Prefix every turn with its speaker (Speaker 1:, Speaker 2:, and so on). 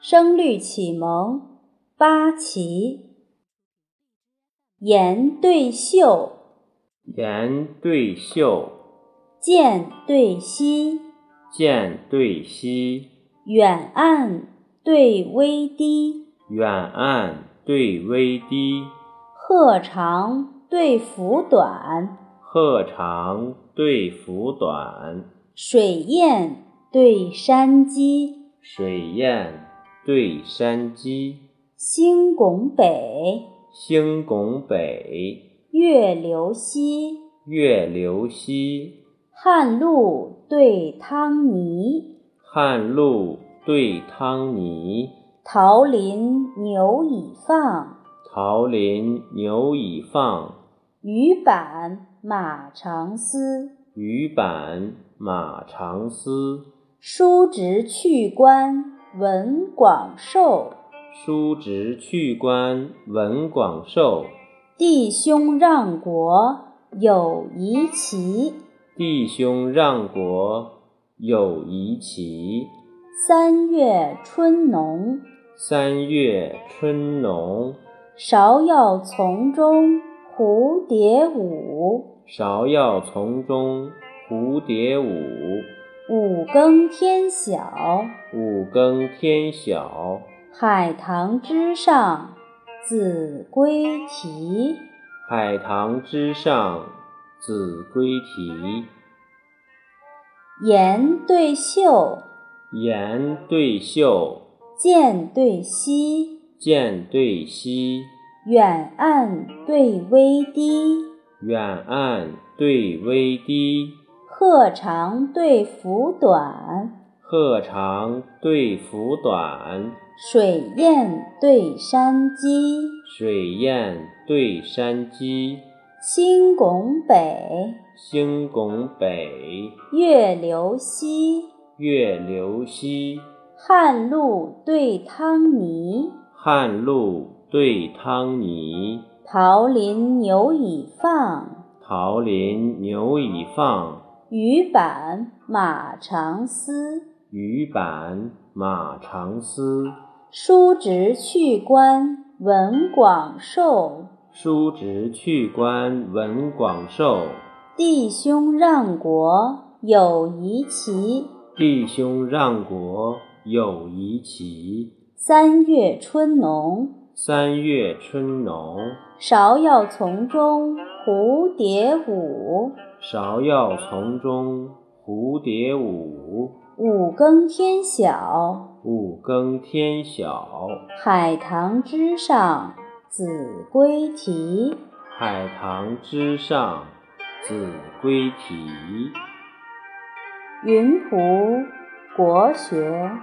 Speaker 1: 声律启蒙八奇，言对秀，
Speaker 2: 言对秀，
Speaker 1: 见对溪，
Speaker 2: 涧对溪，
Speaker 1: 远岸对微堤，
Speaker 2: 远岸对微堤，
Speaker 1: 鹤长对凫短，
Speaker 2: 鹤长对凫短，
Speaker 1: 水雁对山鸡，
Speaker 2: 水雁对山鸡，
Speaker 1: 星拱北，
Speaker 2: 星拱北，
Speaker 1: 月流西，
Speaker 2: 月流西，
Speaker 1: 旱露对汤泥，
Speaker 2: 旱露对汤泥，
Speaker 1: 桃林牛已放，
Speaker 2: 桃林牛已放，
Speaker 1: 鱼板马长嘶。
Speaker 2: 鱼板马长嘶，
Speaker 1: 叔侄去官文广寿，
Speaker 2: 叔侄去官文广寿，
Speaker 1: 弟兄让国友谊齐。
Speaker 2: 弟兄让国友谊齐。
Speaker 1: 三月春浓，
Speaker 2: 三月春浓，
Speaker 1: 芍药丛中蝴蝶舞。
Speaker 2: 芍药丛中蝴蝶舞，
Speaker 1: 五更天晓，
Speaker 2: 五更天晓，
Speaker 1: 海棠之上子规啼。
Speaker 2: 海棠之上子规啼。
Speaker 1: 言对秀，
Speaker 2: 言对秀，
Speaker 1: 见对溪，
Speaker 2: 涧对溪，
Speaker 1: 远岸对微堤。
Speaker 2: 远岸对微堤，
Speaker 1: 鹤长对凫短，
Speaker 2: 鹤长对凫短，
Speaker 1: 水雁对山鸡，
Speaker 2: 水雁对山鸡，
Speaker 1: 星拱北，
Speaker 2: 星拱北，
Speaker 1: 月流西，
Speaker 2: 月流西，
Speaker 1: 旱露对汤泥，
Speaker 2: 旱露对汤泥，
Speaker 1: 桃林牛已放，
Speaker 2: 桃林牛已放，
Speaker 1: 鱼板马长嘶。
Speaker 2: 鱼板马长嘶。
Speaker 1: 叔侄去官文广寿，
Speaker 2: 叔侄去官文广寿，
Speaker 1: 弟兄让国友谊齐。
Speaker 2: 弟兄让国友谊齐。
Speaker 1: 三月春浓，
Speaker 2: 三月春浓，
Speaker 1: 芍药丛中蝴蝶舞，
Speaker 2: 芍药丛中蝴蝶舞，
Speaker 1: 五更天晓，
Speaker 2: 五更天晓，
Speaker 1: 海棠之上子规啼。
Speaker 2: 海棠之上子规啼。
Speaker 1: 云浦国学。